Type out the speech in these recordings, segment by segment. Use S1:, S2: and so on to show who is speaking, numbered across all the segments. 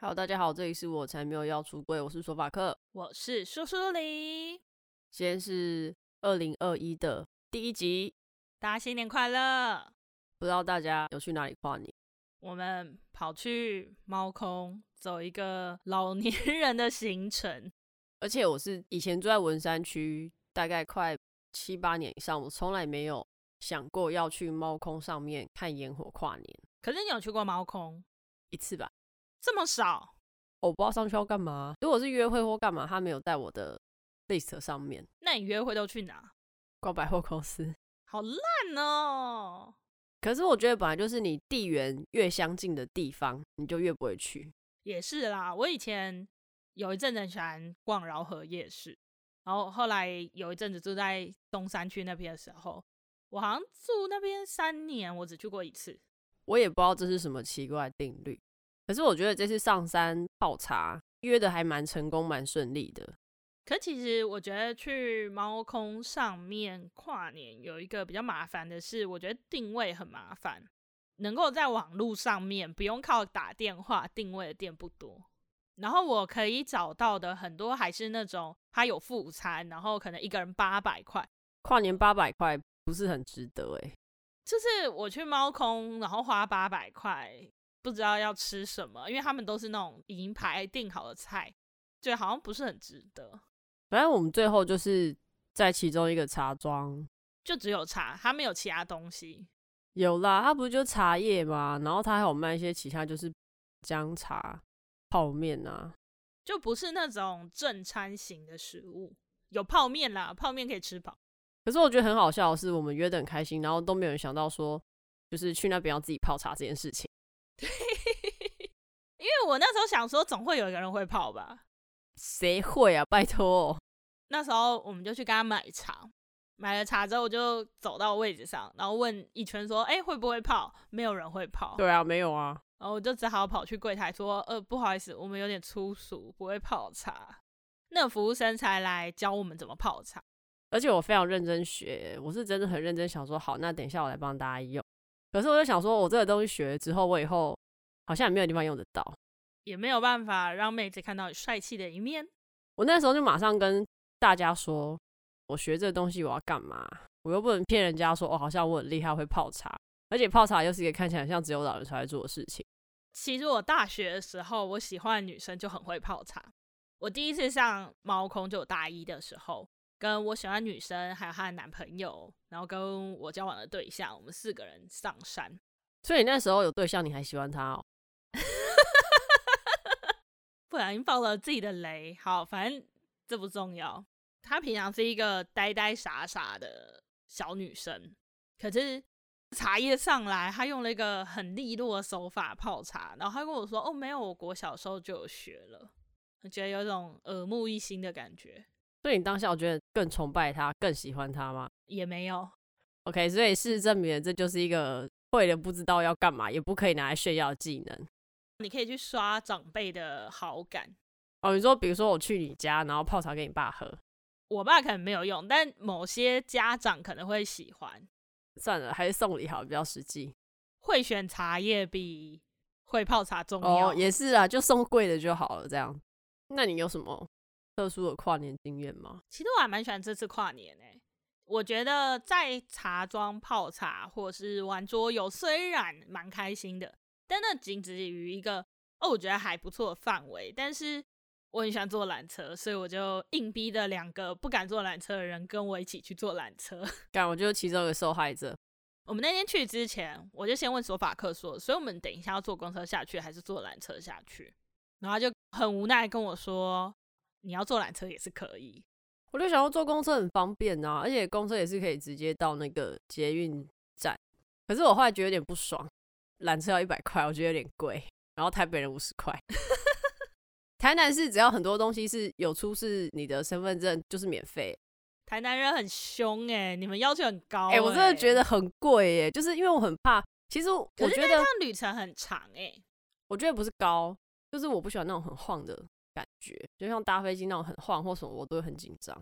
S1: Hello，大家好，这里是我才没有要出柜，我是索法克。
S2: 我是苏苏黎，
S1: 今天是二零二一的第一集，
S2: 大家新年快乐！
S1: 不知道大家有去哪里跨年？
S2: 我们跑去猫空走一个老年人的行程，
S1: 而且我是以前住在文山区，大概快七八年以上，我从来没有想过要去猫空上面看烟火跨年
S2: 可是你有去过猫空？
S1: 一次吧。
S2: 这么少？
S1: 哦我不知道上去要干嘛，啊如果是约会或干嘛，他没有在我的 list 上面。
S2: 那你约会都去哪？
S1: 逛百货公司，
S2: 好烂哦！
S1: 可是我觉得本来就是你地缘越相近的地方，你就越不会去。
S2: 也是啦，我以前有一阵子很喜欢逛饶河夜市，然后后来有一阵子住在东山区那边的时候，我好像住那边三年，我只去过一次。
S1: 我也不知道这是什么奇怪的定律。可是我觉得这次上山泡茶约的还蛮成功，蛮顺利的。
S2: 可其实我觉得去猫空上面跨年有一个比较麻烦的是，我觉得定位很麻烦，能够在网络上面不用靠打电话定位的店不多。然后我可以找到的很多还是那种它有副餐，然后可能一个人八百块。
S1: 跨年八百块不是很值得哎、
S2: 就是我去猫空，然后花八百块，不知道要吃什么，因为他们都是那种已经排定好的菜，就好像不是很值得。
S1: 反正我们最后就是在其中一个茶庄
S2: 就只有茶，它没有其他东西。
S1: 有啦，它不是就茶叶嘛，然后它还有卖一些其他就是姜茶、泡面啊。
S2: 就不是那种正餐型的食物，有泡面啦，泡面可以吃饱。
S1: 可是我觉得很好笑的是，我们约的很开心，然后都没有人想到说就是去那边要自己泡茶这件事情。
S2: 因为我那时候想说，总会有一个人会泡吧。
S1: 谁会啊？拜托，
S2: 那时候我们就去跟他买茶，买了茶之后，我就走到位置上，然后问一圈说：“哎、会不会泡？”没有人会泡，
S1: 对啊，没有啊。
S2: 然后我就只好跑去柜台说：“呃，不好意思，我们有点粗俗，不会泡茶。”那个服务生才来教我们怎么泡茶。
S1: 而且我非常认真学，我是真的很认真想说，好，那等一下我来帮大家用。可是我就想说，我这个东西学了之后，我以后好像也没有地方用得到。
S2: 也没有办法让妹子看到你帅气的一面，
S1: 我那时候就马上跟大家说，我学这个东西我要干嘛？我又不能骗人家说，哦，好像我很厉害会泡茶，而且泡茶又是一个看起来像只有老人才会做的事情。
S2: 其实我大学的时候，我喜欢的女生就很会泡茶。我第一次上猫空就有大一的时候，跟我喜欢的女生还有她的男朋友，然后跟我交往的对象，我们四个人上山。
S1: 所以你那时候有对象，你还喜欢他哦？
S2: 不小心爆了自己的雷，好，反正这不重要。她平常是一个呆呆傻傻的小女生，可是茶叶上来，她用了一个很利落的手法泡茶，然后她跟我说：“哦，没有，我国小时候就有学了。”我觉得有一种耳目一新的感觉，
S1: 所以你当下我觉得更崇拜他，更喜欢他吗
S2: 也没有。
S1: ？OK，所以事实证明了，这就是一个会了不知道要干嘛，也不可以拿来炫耀的技能。
S2: 你可以去刷长辈的好感，
S1: 哦，你说比如说我去你家，然后泡茶给你爸喝，
S2: 我爸可能没有用，但某些家长可能会喜欢。
S1: 算了，还是送礼好了比较实际。
S2: 会选茶叶比会泡茶重要。
S1: 哦，也是啊，就送贵的就好了，这样。那你有什么特殊的跨年经验吗？
S2: 其实我还蛮喜欢这次跨年诶、欸我觉得在茶庄泡茶或是玩桌游，虽然蛮开心的，但那仅止于一个哦，我觉得还不错的范围。但是我很喜欢坐缆车，所以我就硬逼的两个不敢坐缆车的人跟我一起去坐缆车。
S1: 干，我就是其中一个受害者。
S2: 我们那天去之前，我就先问索法克说，所以我们等一下要坐公车下去，还是坐缆车下去？然后他就很无奈地跟我说，你要坐缆车也是可以。
S1: 我就想要坐公车很方便啊，而且公车也是可以直接到那个捷运站。可是我后来觉得有点不爽，缆车要一百块，我觉得有点贵，然后台北人五十块。 台南是只要很多东西是有出示你的身份证就是免费，
S2: 台南人很凶哎、你们要求很高、
S1: 哎、我真的觉
S2: 得，
S1: 得很贵耶，就是因为我很怕。其实我
S2: 可
S1: 我
S2: 是
S1: 觉
S2: 那
S1: 得
S2: 趟，旅程很长哎、
S1: 我觉得不是高，就是我不喜欢那种很晃的感觉，就像搭飞机那种很晃或什么，我都会很紧张。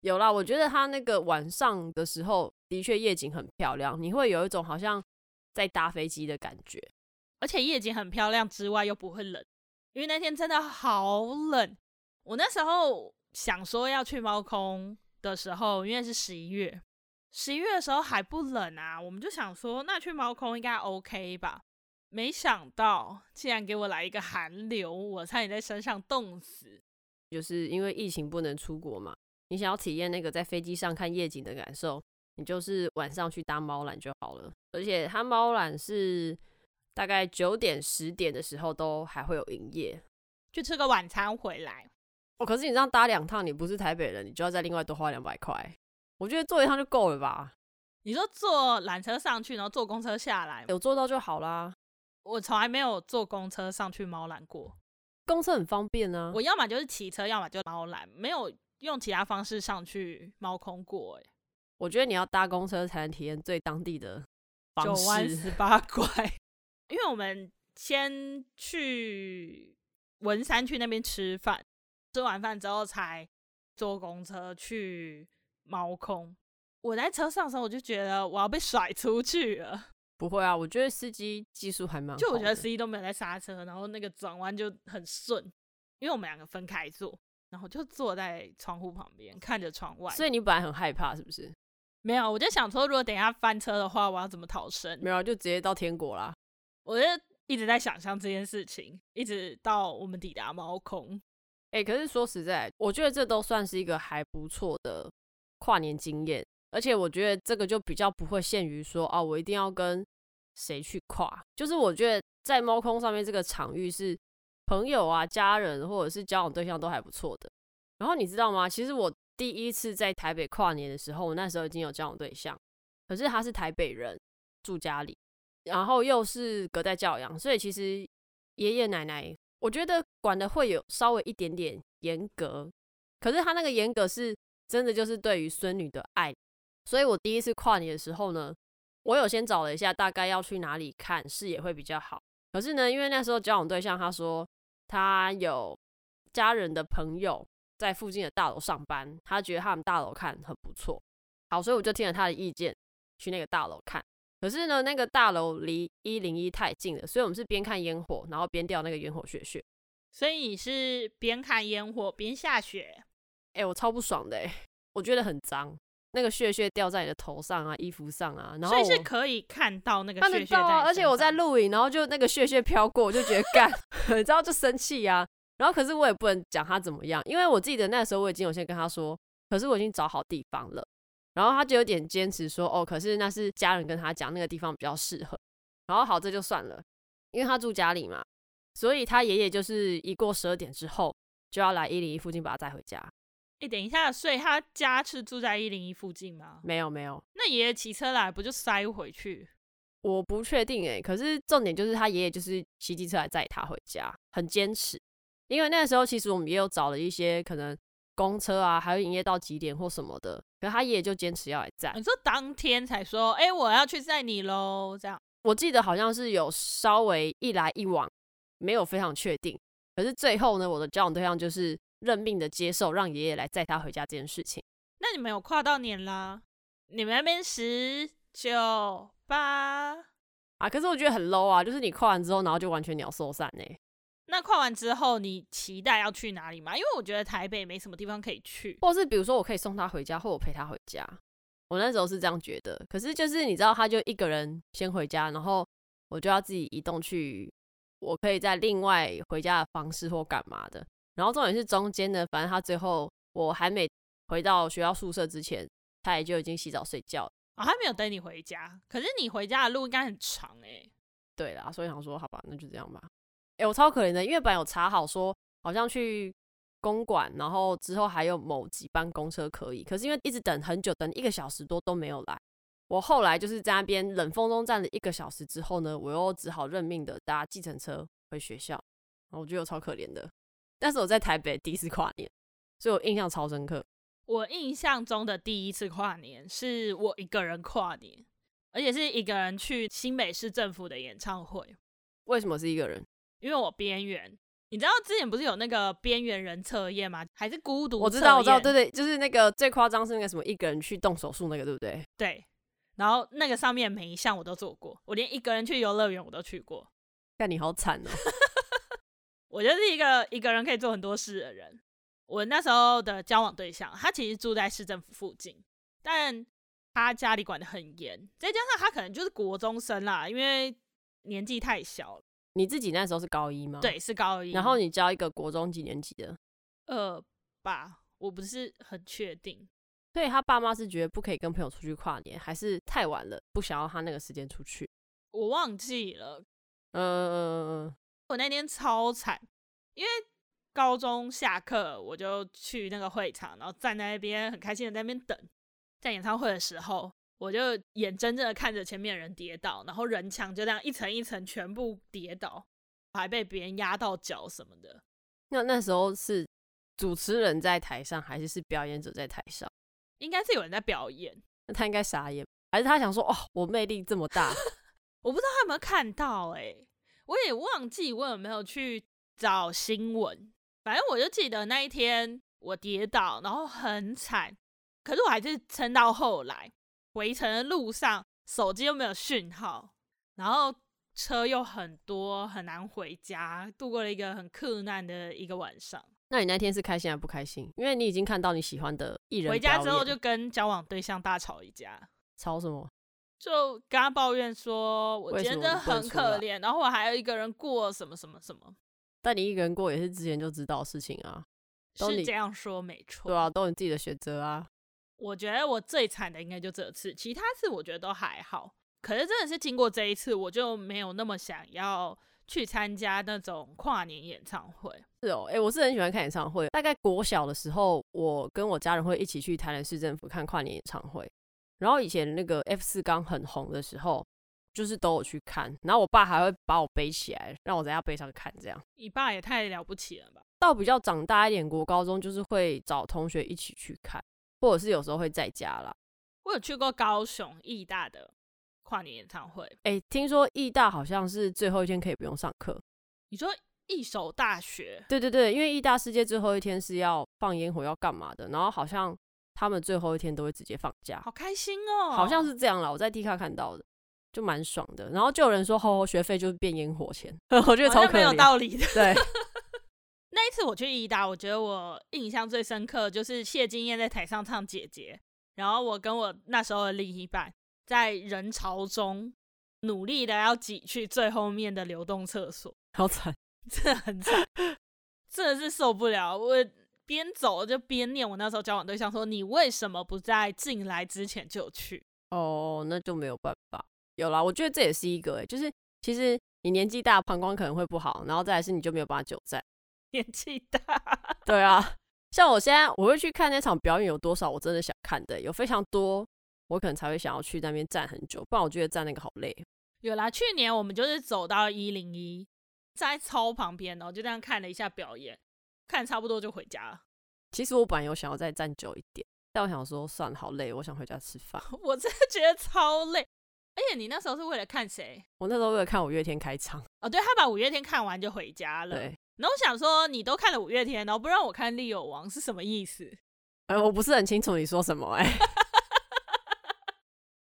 S1: 有啦，
S2: 嗯
S1: 我觉得它那个晚上的时候，的确夜景很漂亮，你会有一种好像在搭飞机的感觉。
S2: 而且夜景很漂亮之外又不会冷，因为那天真的好冷。我那时候想说要去猫空的时候，因为是十一月，十一月的时候还不冷啊，我们就想说那去猫空应该 OK 吧。没想到竟然给我来一个寒流，我差点在山上冻死。
S1: 就是因为疫情不能出国嘛，你想要体验那个在飞机上看夜景的感受，你就是晚上去搭猫缆就好了。而且它猫缆是大概九点十点的时候都还会有营业。
S2: 去吃个晚餐回来，
S1: 哦，可是你这样搭两趟，你不是台北人，你就要再另外多花两百块。我觉得坐一趟就够了吧，
S2: 你说坐缆车上去，然后坐公车下来，
S1: 有做到就好啦。
S2: 我从来没有坐公车上去猫缆过。
S1: 公车很方便啊，
S2: 我要么就是骑车，要么就猫缆，没有用其他方式上去猫空过、欸。
S1: 我觉得你要搭公车才能体验最当地的
S2: 哎，
S1: 方
S2: 九弯
S1: 式。
S2: 十八拐， 因为我们先去文山区那边吃饭，吃完饭之后才坐公车去猫空。我在车上的时候，我就觉得我要被甩出去了。
S1: 不会啊，我觉得司机技术还蛮好的。
S2: 就我觉得司机都没有在刹车，然后那个转弯就很顺，因为我们两个分开坐，然后就坐在窗户旁边看着窗外。
S1: 所以你本来很害怕是不是？
S2: 没有，我就想说，如果等一下翻车的话，我要怎么逃生？
S1: 没有啊，就直接到天国啦。
S2: 我就一直在想象这件事情，一直到我们抵达猫空。
S1: 哎、可是说实在，我觉得这都算是一个还不错的跨年经验，而且我觉得这个就比较不会限于说啊，我一定要跟谁去跨，就是我觉得在猫空上面这个场域是朋友啊、家人或者是交往对象都还不错的。然后你知道吗？其实我第一次在台北跨年的时候，我那时候已经有交往对象，可是他是台北人，住家里，然后又是隔代教养，所以其实爷爷奶奶我觉得管的会有稍微一点点严格，可是他那个严格是真的就是对于孙女的爱。所以我第一次跨年的时候呢，我有先找了一下大概要去哪里看，视野会比较好。可是呢，因为那时候交往对象他说他有家人的朋友在附近的大楼上班，他觉得他们大楼看很不错，好，所以我就听了他的意见去那个大楼看。可是呢，那个大楼离一零一太近了，所以我们是边看烟火，然后边掉那个烟火雪屑。
S2: 所以你是边看烟火边下雪，
S1: 哎、我超不爽的、欸，我觉得很脏，那个屑屑掉在你的头上啊、衣服上啊，然后
S2: 所以是
S1: 我
S2: 可以看到那个
S1: 看
S2: 雪
S1: 得
S2: 雪在
S1: 到
S2: 你
S1: 啊，而且
S2: 身
S1: 我在
S2: 上
S1: 录影，然后就那个屑屑飘过，我就觉得 干，你知道就生气呀、然后可是我也不能讲他怎么样，因为我记得那时候我已经有先跟他说，可是我已经找好地方了，然后他就有点坚持说，哦，可是那是家人跟他讲那个地方比较适合，然后好这就算了，因为他住家里嘛，所以他爷爷就是一过十二点之后就要来一零一附近把他载回家，
S2: 哎、等一下，所以他家是住在一零一附近吗？
S1: 没有没有。
S2: 那爷爷骑车来不就塞回去？
S1: 我不确定哎、可是重点就是他爷爷就是骑机车来载他回家，很坚持。因为那时候其实我们也有找了一些可能公车啊，还有营业到几点或什么的，可他爷爷就坚持要来载。
S2: 你说当天才说，哎、我要去载你喽，这样
S1: 我记得好像是有稍微一来一往，没有非常确定。可是最后呢，我的交往对象就是认命的接受让爷爷来载他回家这件事情。
S2: 那你们有跨到年啦？你们那边十九八，
S1: 啊，可是我觉得很 low 啊，就是你跨完之后，然后就完全鸟兽散欸呢、
S2: 那跨完之后，你期待要去哪里吗？因为我觉得台北没什么地方可以去。
S1: 或是比如说我可以送他回家，或我陪他回家。我那时候是这样觉得，可是就是你知道，他就一个人先回家，然后我就要自己移动去，我可以在另外回家的方式或干嘛的。然后重点是中间呢，反正他最后我还没回到学校宿舍之前，他也就已经洗澡睡觉了。
S2: 哦，他没有等你回家，可是你回家的路应该很长哎、
S1: 对啦，所以想说好吧，那就这样吧。哎、我超可怜的，因为本来有查好说好像去公馆，然后之后还有某几班公车可以，可是因为一直等很久，等一个小时多都没有来。我后来就是在那边冷风中站了一个小时之后呢，我又只好认命的搭计程车回学校。然后我觉得我超可怜的，但是我在台北第一次跨年，所以我印象超深刻。
S2: 我印象中的第一次跨年是我一个人跨年，而且是一个人去新北市政府的演唱会，
S1: 为什么是一个人？
S2: 因为我边缘。你知道之前不是有那个边缘人测验吗？还是孤独？
S1: 我知道，我知道，对对，就是那个最夸张是那个什么一个人去动手术那个，对不对？
S2: 对。然后那个上面每一项我都做过，我连一个人去游乐园我都去过。
S1: 但你好惨哦。
S2: 我就是一个一个人可以做很多事的人。我那时候的交往对象，他其实住在市政府附近，但他家里管得很严，再加上他可能就是国中生啦，因为年纪太小了。
S1: 你自己那时候是高一吗？。
S2: 对，是高一。
S1: 嗯然后你教一个国中几年级的，
S2: 二吧，我不是很确定。
S1: 所以他爸妈是觉得不可以跟朋友出去跨年，还是太晚了，不想要他那个时间出去。
S2: 我忘记了，
S1: 嗯嗯嗯
S2: 我那天超惨，因为高中下课我就去那个会场，然后站在那边很开心的在那边等，在演唱会的时候，我就眼睁睁的看着前面的人跌倒，然后人墙就这样一层一层全部跌倒，还被别人压到脚什么的。
S1: 那那时候是主持人在台上，还是是表演者在台上？
S2: 应该是有人在表演，
S1: 那他应该傻眼，还是他想说，哦，我魅力这么 大，
S2: 我不知道他有没有看到哎、我也忘记我有没有去找新闻，反正我就记得那一天我跌倒，然后很惨，可是我还是撑到后来回程的路上，手机又没有讯号，然后车又很多，很难回家，度过了一个很困难的一个晚上。
S1: 那你那天是开心还不开心？因为你已经看到你喜欢的艺人
S2: 回家
S1: 表
S2: 之后
S1: 演
S2: 就跟交往对象大吵一架，
S1: 吵什么？
S2: 就跟他抱怨说我
S1: 为
S2: 今
S1: 什
S2: 天
S1: 么
S2: 真的
S1: 我不能
S2: 很
S1: 出来
S2: 可怜，然后我还要一个人过什么什么什么。
S1: 但你一个人过也是之前就知道的事情啊，都
S2: 是
S1: 你
S2: 这样说没错。
S1: 对啊，都你自己的选择啊。
S2: 我觉得我最惨的应该就这次，其他次我觉得都还好。可是真的是经过这一次，我就没有那么想要去参加那种跨年演唱会。
S1: 是哦，哎、我是很喜欢看演唱会。大概国小的时候，我跟我家人会一起去台南市政府看跨年演唱会。然后以前那个 F 四刚很红的时候，就是都有去看。然后我爸还会把我背起来，让我在他背上看。这样
S2: 你爸也太了不起了吧？
S1: 到比较长大一点，国高中就是会找同学一起去看，或者是有时候会在家啦。
S2: 我有去过高雄义大的跨年演唱会，
S1: 哎、听说艺大好像是最后一天可以不用上课。
S2: 你说一手大学
S1: 对对对，因为艺大世界最后一天是要放烟火要干嘛的，然后好像他们最后一天都会直接放假。
S2: 好开心哦，
S1: 好像是这样啦，我在 D 卡看到的，就蛮爽的。然后就有人说，吼，学费就是变烟火钱，我觉得
S2: 好
S1: 超
S2: 像
S1: 可
S2: 没有
S1: 怜。
S2: 道理的。
S1: 对，
S2: 那一次我去宜达，我觉得我印象最深刻就是谢金燕在台上唱《姐姐》，然后我跟我那时候的另一半在人潮中努力的要挤去最后面的流动厕所，
S1: 好惨。
S2: 真的很惨，真的是受不了。我边走就边念我那时候交往对象说：“你为什么不在进来之前就去
S1: 哦，那就没有办法。有啦，我觉得这也是一个、欸，就是其实你年纪大，膀胱可能会不好，然后再来是你就没有办法久站。？”
S2: 年纪大，
S1: 对啊，像我现在我会去看那场表演有多少我真的想看的、有非常多，我可能才会想要去那边站很久，不然我觉得站那个好累。
S2: 有啦，去年我们就是走到一零一，在操旁边，然后就这样看了一下表演，看差不多就回家了。
S1: 其实我本来有想要再站久一点，但我想说算了，好累，我想回家吃饭。
S2: 我真的觉得超累。而且你那时候是为了看谁？
S1: 我那时候为了看五月天开场，
S2: 哦，对他把五月天看完就回家了。
S1: 对，
S2: 然后我想说，你都看了五月天，然后不让我看利友王是什么意思？
S1: 呃，我不是很清楚你说什么哎、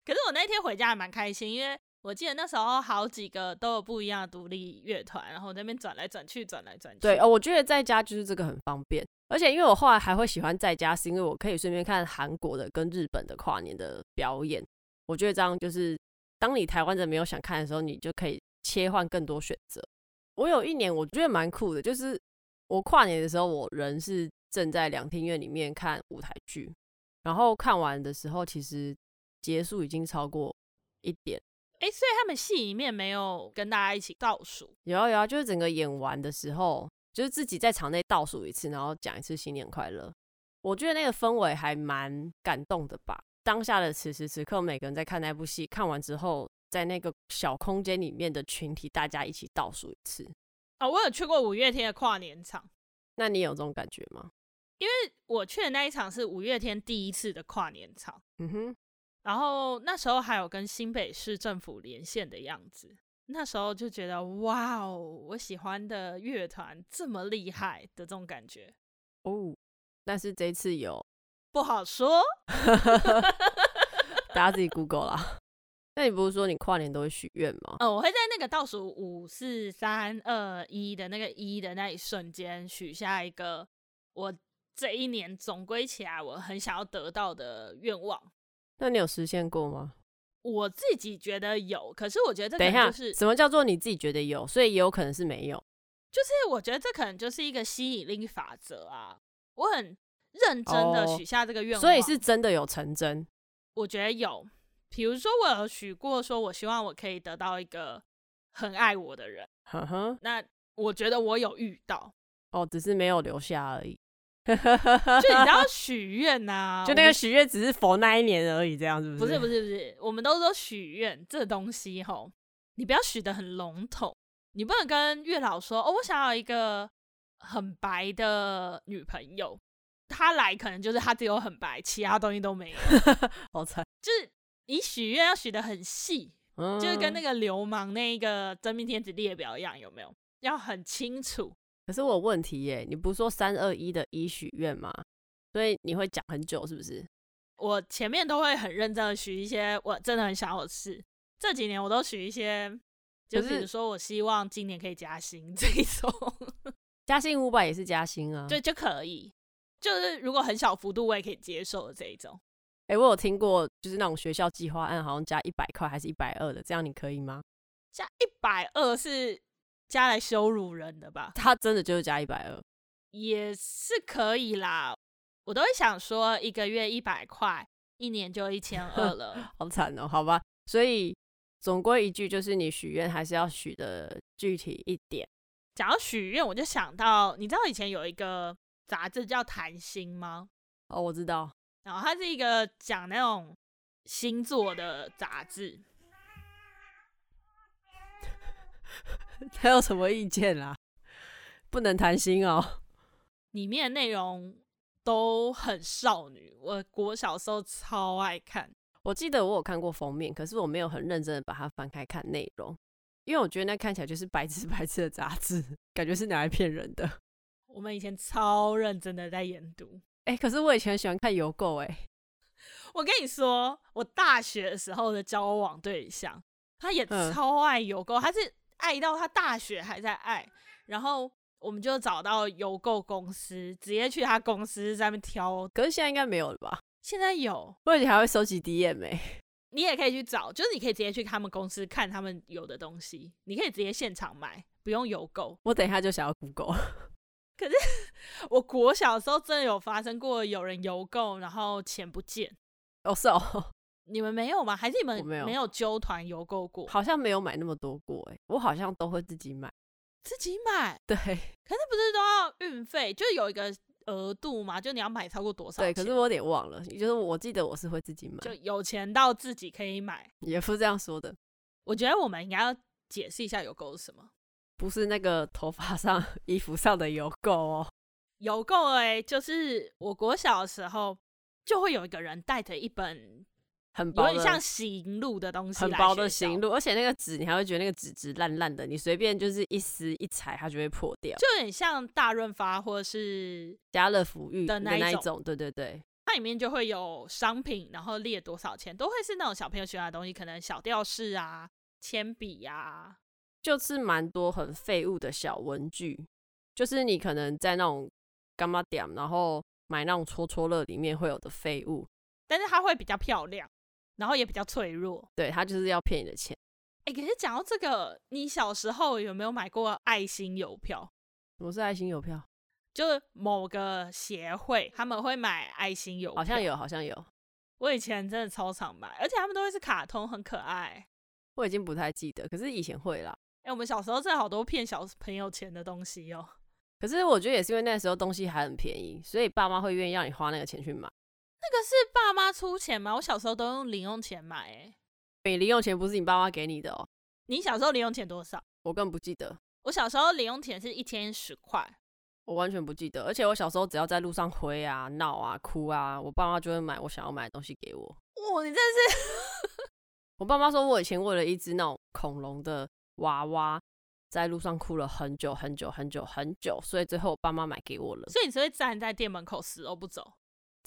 S2: 可是我那天回家还蛮开心，因为我记得那时候好几个都有不一样的独立乐团，然后我在那边转来转去，转来转去。
S1: 对，哦，我觉得在家就是这个很方便，而且因为我后来还会喜欢在家，是因为我可以顺便看韩国的跟日本的跨年的表演。我觉得这样就是，当你台湾人没有想看的时候，你就可以切换更多选择。我有一年我觉得蛮酷的，就是我跨年的时候，我人是正在两厅院里面看舞台剧，然后看完的时候，其实结束已经超过一点。
S2: 哎，所以他们戏里面没有跟大家一起倒数，
S1: 有啊有啊，就是整个演完的时候，就是自己在场内倒数一次，然后讲一次新年快乐。我觉得那个氛围还蛮感动的吧。当下的此时此刻，每个人在看那部戏，看完之后，在那个小空间里面的群体，大家一起倒数一次。
S2: 哦，我有去过五月天的跨年场，
S1: 那你有这种感觉吗？
S2: 我去的那一场是五月天第一次的跨年场。
S1: 嗯哼，
S2: 然后那时候还有跟新北市政府连线的样子，那时候就觉得哇哦，我喜欢的乐团这么厉害的这种感觉，
S1: 哦，但是这一次有，
S2: 不好说。
S1: 大家自己 Google 啦。 那你不是说你跨年都会许愿吗？
S2: 呃，我会在那个倒数五、四、三、二、一的那个一的那一瞬间，许下一个我这一年总归起来我很想要得到的愿望。
S1: 那你有实现过吗？
S2: 我自己觉得有，可是我觉得这
S1: 等
S2: 可
S1: 一
S2: 能
S1: 下，
S2: 就是，
S1: 什么叫做你自己觉得有？所以也有可能是没有。
S2: 就是我觉得这可能就是一个吸引力法则啊。我很认真的
S1: 哦
S2: 许下这个愿望，
S1: 所以是真的有成真。
S2: 我觉得有，比如说我有许过，说我希望我可以得到一个很爱我的人，
S1: 呵呵，
S2: 那我觉得我有遇到，
S1: 哦，只是没有留下而已。
S2: 就
S1: 就
S2: 你知道许愿啊呐，
S1: 就
S2: 我
S1: 那
S2: 们
S1: 个许愿只是佛那一年而已，这样是
S2: 不
S1: 是？
S2: 是不是不是，我们都说许愿这东西吼，你不要许的很笼统，你不能跟月老说哦，我想要一个很白的女朋友，她来可能就是她只有很白，其他东西都没有，
S1: 好惨，
S2: 就是你许愿要许的很细，
S1: 嗯
S2: 就是跟那个流氓那一个真命天子列表一样，有没有？要很清楚。
S1: 可是我有问题耶，你不是说三二一的一许愿吗？所以你会讲很久是不是？
S2: 我前面都会很认真的许一些我真的很想要的事，这几年我都许一些，就
S1: 可
S2: 比如
S1: 是
S2: 说我希望今年可以加薪这一种，
S1: 加薪五百也是加薪啊。
S2: 对，就可以。就是如果很小幅度，我也可以接受的这一种。
S1: 哎、我有听过，就是那种学校计划案，好像加一百块还是一百二的，这样你可以吗？
S2: 加一百二是加来羞辱人的吧？
S1: 他真的就是加一百二，
S2: 也是可以啦。我都会想说，一个月一百块，一年就一千 二了。
S1: 好惨哦，好吧。所以总归一句，就是你许愿还是要许的具体一点。
S2: 讲到许愿，我就想到，你知道以前有一个杂志叫《谈心》吗？
S1: 哦，我知道，
S2: 然后它是一个讲那种星座的杂志。
S1: 他有什么意见啦？不能谈心哦。
S2: 里面的内容都很少女，我国小时候超爱看。
S1: 我记得我有看过封面，可是我没有很认真的把它翻开看内容，因为我觉得那看起来就是白痴 白痴的杂志，感觉是拿来骗人的。
S2: 我们以前超认真的在研读。
S1: 哎、可是我以前喜欢看邮购，哎，
S2: 我跟你说，我大学的时候的交往对象，他也
S1: 嗯
S2: 超爱邮购，他是爱到他大学还在爱。然后我们就找到邮购公司，直接去他公司在那边挑
S1: 可是现在应该没有了吧？
S2: 现在有，
S1: 我以前还会收集 DM 哎、
S2: 你也可以去找，就是你可以直接去他们公司看他们有的东西，你可以直接现场买，不用邮购。
S1: 我等一下就想要 Google。
S2: 我国小的时候真的有发生过有人邮购，然后钱不见，
S1: 哦，是哦，
S2: 你们没有吗？还是你们
S1: 我没有
S2: 没有纠团邮购过？
S1: 好像没有买那么多过哎、我好像都会自己买。
S2: 自己买，
S1: 对
S2: 可是不是都要运费？就是有一个额度嘛，就你要买超过多少
S1: 对，
S2: 钱？
S1: 可是我有点忘了，就是我记得我是会自己买，
S2: 就有钱到自己可以买。
S1: 也不是这样说的，
S2: 我觉得我们应该要解释一下邮购是什么。
S1: 不是那个头发上、 衣服上的邮购哦。
S2: 邮购哎，就是我国小的时候就会有一个人带着一本
S1: 很
S2: 有
S1: 薄
S2: 点像
S1: 的、
S2: 行路的东西，
S1: 很薄的行，路，而且那个纸你还会觉得那个纸质烂烂的，你随便就是一撕一踩它就会破掉。
S2: 就有点像大润发或者是
S1: 家乐福浴
S2: 的
S1: 的
S2: 那一
S1: 那一
S2: 种
S1: 种，对对对，
S2: 它里面就会有商品，然后列多少钱，都会是那种小朋友喜欢的东西，可能小吊饰啊、铅笔啊。
S1: 就是蛮多很废物的小文具，就是你可能在那种干嘛点，然后买那种戳戳乐里面会有的废物，
S2: 但是它会比较漂亮，然后也比较脆弱。
S1: 对他就是要骗你的钱。
S2: 哎、可是讲到这个，你小时候有没有买过爱心邮票？
S1: 什么是爱心邮票？
S2: 就是某个协会他们会买爱心邮票，
S1: 好像有，好像有，
S2: 我以前真的超常买，而且他们都会是卡通，很可爱。
S1: 我已经不太记得，可是以前会啦。
S2: 哎、我们小时候真的好多骗小朋友钱的东西哦。
S1: 可是我觉得也是因为那时候东西还很便宜，所以爸妈会愿意让你花那个钱去买。
S2: 那个是爸妈出钱吗？我小时候都用零用钱买、哎，
S1: 你零用钱不是你爸妈给你的哦，
S2: 你小时候零用钱多少？
S1: 我更不记得，
S2: 我小时候零用钱是一天十块，
S1: 我完全不记得。而且我小时候只要在路上挥啊、闹啊、哭啊，我爸妈就会买我想要买的东西给我。
S2: 哇，你真的是
S1: 我爸妈说我以前为了一只那种恐龙的娃娃，在路上哭了很久很久很久很久，所以最后我爸妈买给我了。
S2: 所以你只会站在店门口死都不走。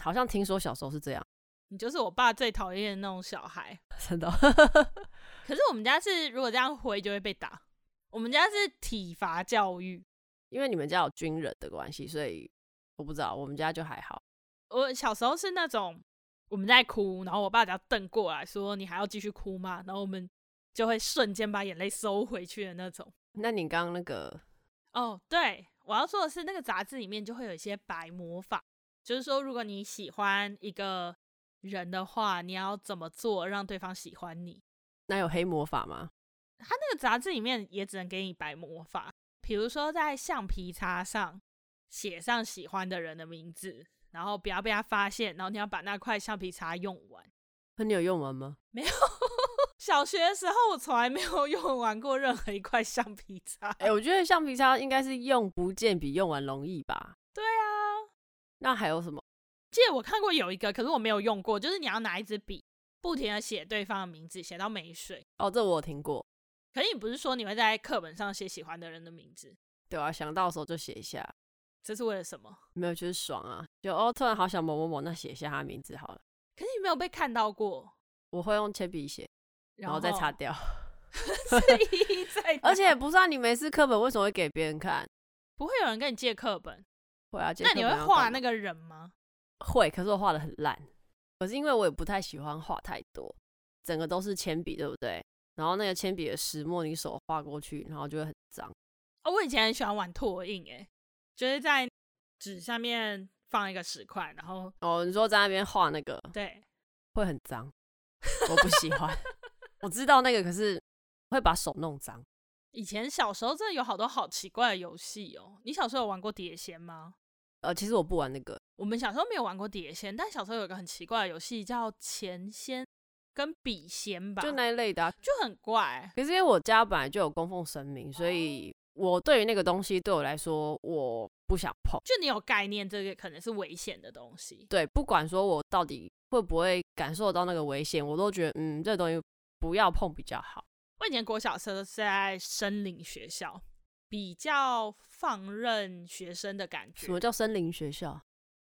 S1: 好像听说小时候是这样。
S2: 你就是我爸最讨厌的那种小孩。
S1: 真的哦，
S2: 可是我们家是如果这样回就会被打，我们家是体罚教育。
S1: 因为你们家有军人的关系，所以我不知道，我们家就还好。
S2: 我小时候是那种我们在哭，然后我爸只要瞪过来说你还要继续哭吗？然后我们就会瞬间把眼泪收回去的那种。
S1: 那你刚刚那个，
S2: 哦，对，我要说的是那个杂志里面就会有一些白魔法，就是说如果你喜欢一个人的话，你要怎么做让对方喜欢你？
S1: 那有黑魔法吗？
S2: 他那个杂志里面也只能给你白魔法，比如说在橡皮擦上写上喜欢的人的名字，然后不要被他发现，然后你要把那块橡皮擦用完。
S1: 那你有用完吗？
S2: 没有，小学的时候我从来没有用完过任何一块橡皮擦。
S1: 哎、我觉得橡皮擦应该是用不见比用完容易吧。
S2: 对啊，
S1: 那还有什么？
S2: 记得我看过有一个，可是我没有用过，就是你要拿一支笔，不停的写对方的名字，写到没水。
S1: 哦，这我有听过。
S2: 可是你不是说你会在课本上写喜欢的人的名字，
S1: 对啊，想到的时候就写一下，
S2: 这是为了什么？
S1: 没有就是爽啊，就哦，突然好想某某某，那写一下他的名字好了。
S2: 可是你没有被看到过，
S1: 我会用铅笔写，然后
S2: 后
S1: 再擦 掉。
S2: 是一一在，
S1: 而且不是啊，你没事课本为什么会给别人看？
S2: 不会有人跟你借课本。
S1: 会啊，借
S2: 那你
S1: 课
S2: 会
S1: 本要
S2: 画
S1: 干嘛
S2: 那个人吗？
S1: 会，可是我画的很烂。可是因为我也不太喜欢画太多，整个都是铅笔，对不对？然后那个铅笔的石墨，你手画过去，然后就会很脏。
S2: 哦，我以前很喜欢玩拓印、欸，就是在纸上面放一个石块，然后
S1: 哦，你说在那边画那个
S2: 对，
S1: 会很脏，我不喜欢。 我知道那个，可是会把手弄脏。
S2: 以前小时候真的有好多好奇怪的游戏哦。你小时候有玩过碟仙吗？
S1: 呃，其实我不玩那个，
S2: 我们小时候没有玩过碟仙，但小时候有一个很奇怪的游戏叫钱仙跟笔仙吧，
S1: 就那一类的啊、
S2: 就很怪。
S1: 可是因为我家本来就有供奉神明，所以我对于那个东西对我来说，我不想碰。
S2: 就你有概念，这个可能是危险的东西。
S1: 对，不管说我到底会不会感受到那个危险，我都觉得嗯，这东西不要碰比较好。
S2: 我以前国小的时候是在森林学校，比较放任学生的感
S1: 什么
S2: 觉。
S1: 叫森林学校？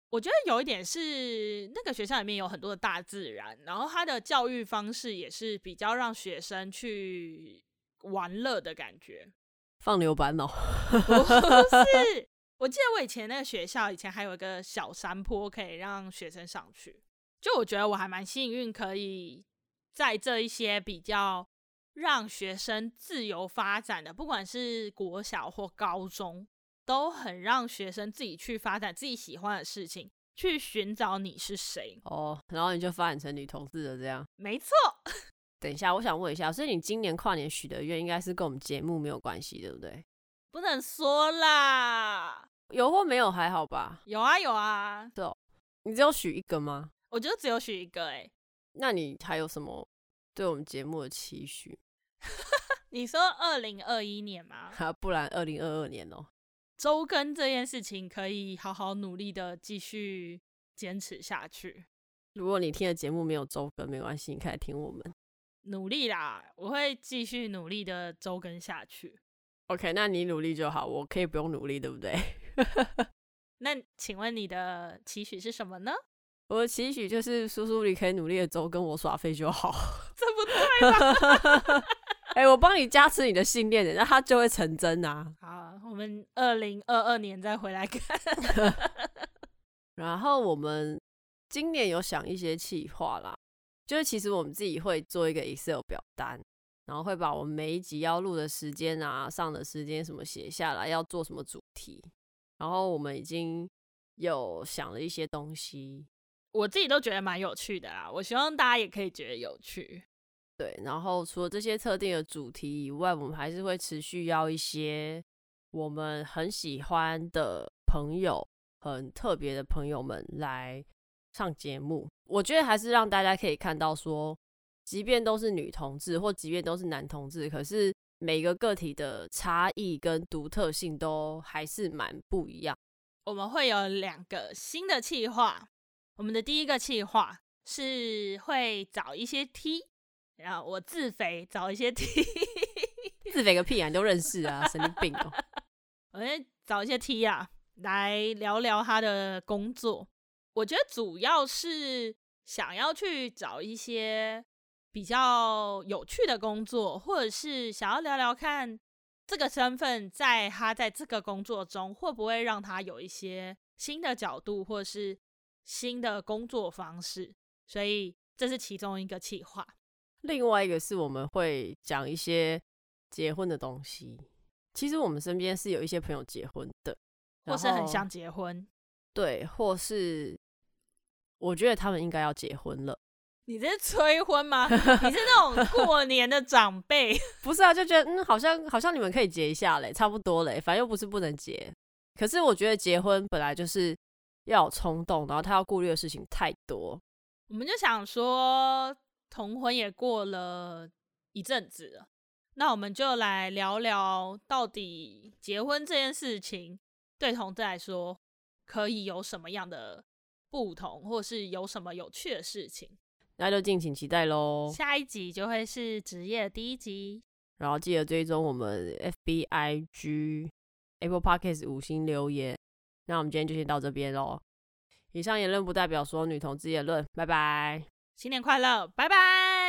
S2: 我觉得有一点是那个学校里面有很多的大自然，然后它的教育方式也是比较让学生去玩乐的感觉。
S1: 放牛班哦，
S2: 不是，我记得我以前那个学校以前还有一个小山坡可以让学生上去，就我觉得我还蛮幸运，可以在这一些比较让学生自由发展的，不管是国小或高中，都很让学生自己去发展自己喜欢的事情，去寻找你是谁。
S1: 哦，然后你就发展成女同志了这样。
S2: 没错，
S1: 等一下，我想问一下，所以你今年跨年许的愿应该是跟我们节目没有关系，对不对？
S2: 不能说啦，
S1: 有或没有还好吧？
S2: 有啊有啊，
S1: 你只有许一个吗？
S2: 我就只有许一个哎、
S1: 那你还有什么对我们节目的期许？
S2: 你说二零二一年吗？
S1: 啊，不然二零二二年哦，
S2: 周更这件事情可以好好努力的继续坚持下去，
S1: 如果你听的节目没有周更，没关系，你可以来听我们。
S2: 努力啦！我会继续努力的周更下去。
S1: OK，那你努力就好，我可以不用努力，对不对？
S2: 那请问你的期许是什么呢？
S1: 我的期许就是叔叔，你可以努力的周跟我耍废就好。
S2: 这不对
S1: 哎、我帮你加持你的信念的，那它就会成真啊。
S2: 好，我们二零二二年再回来看。
S1: 然后我们今年有想一些企划啦，就是其实我们自己会做一个 Excel 表单，然后会把我们每一集要录的时间啊、上的时间什么写下来，要做什么主题。然后我们已经有想了一些东西，
S2: 我自己都觉得蛮有趣的啦，我希望大家也可以觉得有趣。
S1: 对，然后除了这些特定的主题以外，我们还是会持续邀一些我们很喜欢的朋友、很特别的朋友们来上节目。我觉得还是让大家可以看到说，即便都是女同志或即便都是男同志，可是每个个体的差异跟独特性都还是蛮不一样。
S2: 我们会有两个新的企划。我们的第一个企划是会找一些 T，然后我自肥找一些 T。
S1: 自肥个屁啊，你都认识啊，神经病哦！
S2: 我先找一些 T 啊，来聊聊他的工作。我觉得主要是想要去找一些比较有趣的工作，或者是想要聊聊看这个身份在他在这个工作中会不会让他有一些新的角度，或者是新的工作方式。所以这是其中一个企划。
S1: 另外一个是我们会讲一些结婚的东西。其实我们身边是有一些朋友结婚的，
S2: 或是
S1: 然
S2: 很
S1: 后
S2: 想结婚。
S1: 对，或是我觉得他们应该要结婚了。
S2: 你这是催婚吗？你是那种过年的长辈，
S1: 不是啊，就觉得嗯，好像好像你们可以结一下嘞，差不多嘞，反正又不是不能结。可是我觉得结婚本来就是要有冲动，然后他要顾虑的事情太多。
S2: 我们就想说，同婚也过了一阵子了，那我们就来聊聊到底结婚这件事情对同志来说可以有什么样的不同，或是有什么有趣的事情。
S1: 那就敬请期待喽。
S2: 下一集就会是职业第一集，
S1: 然后记得追踪我们 FB、IG、Apple Podcast 五星留言。那我们今天就先到这边喽。以上言论不代表所有女同志言论，拜拜。
S2: 新年快乐，拜拜。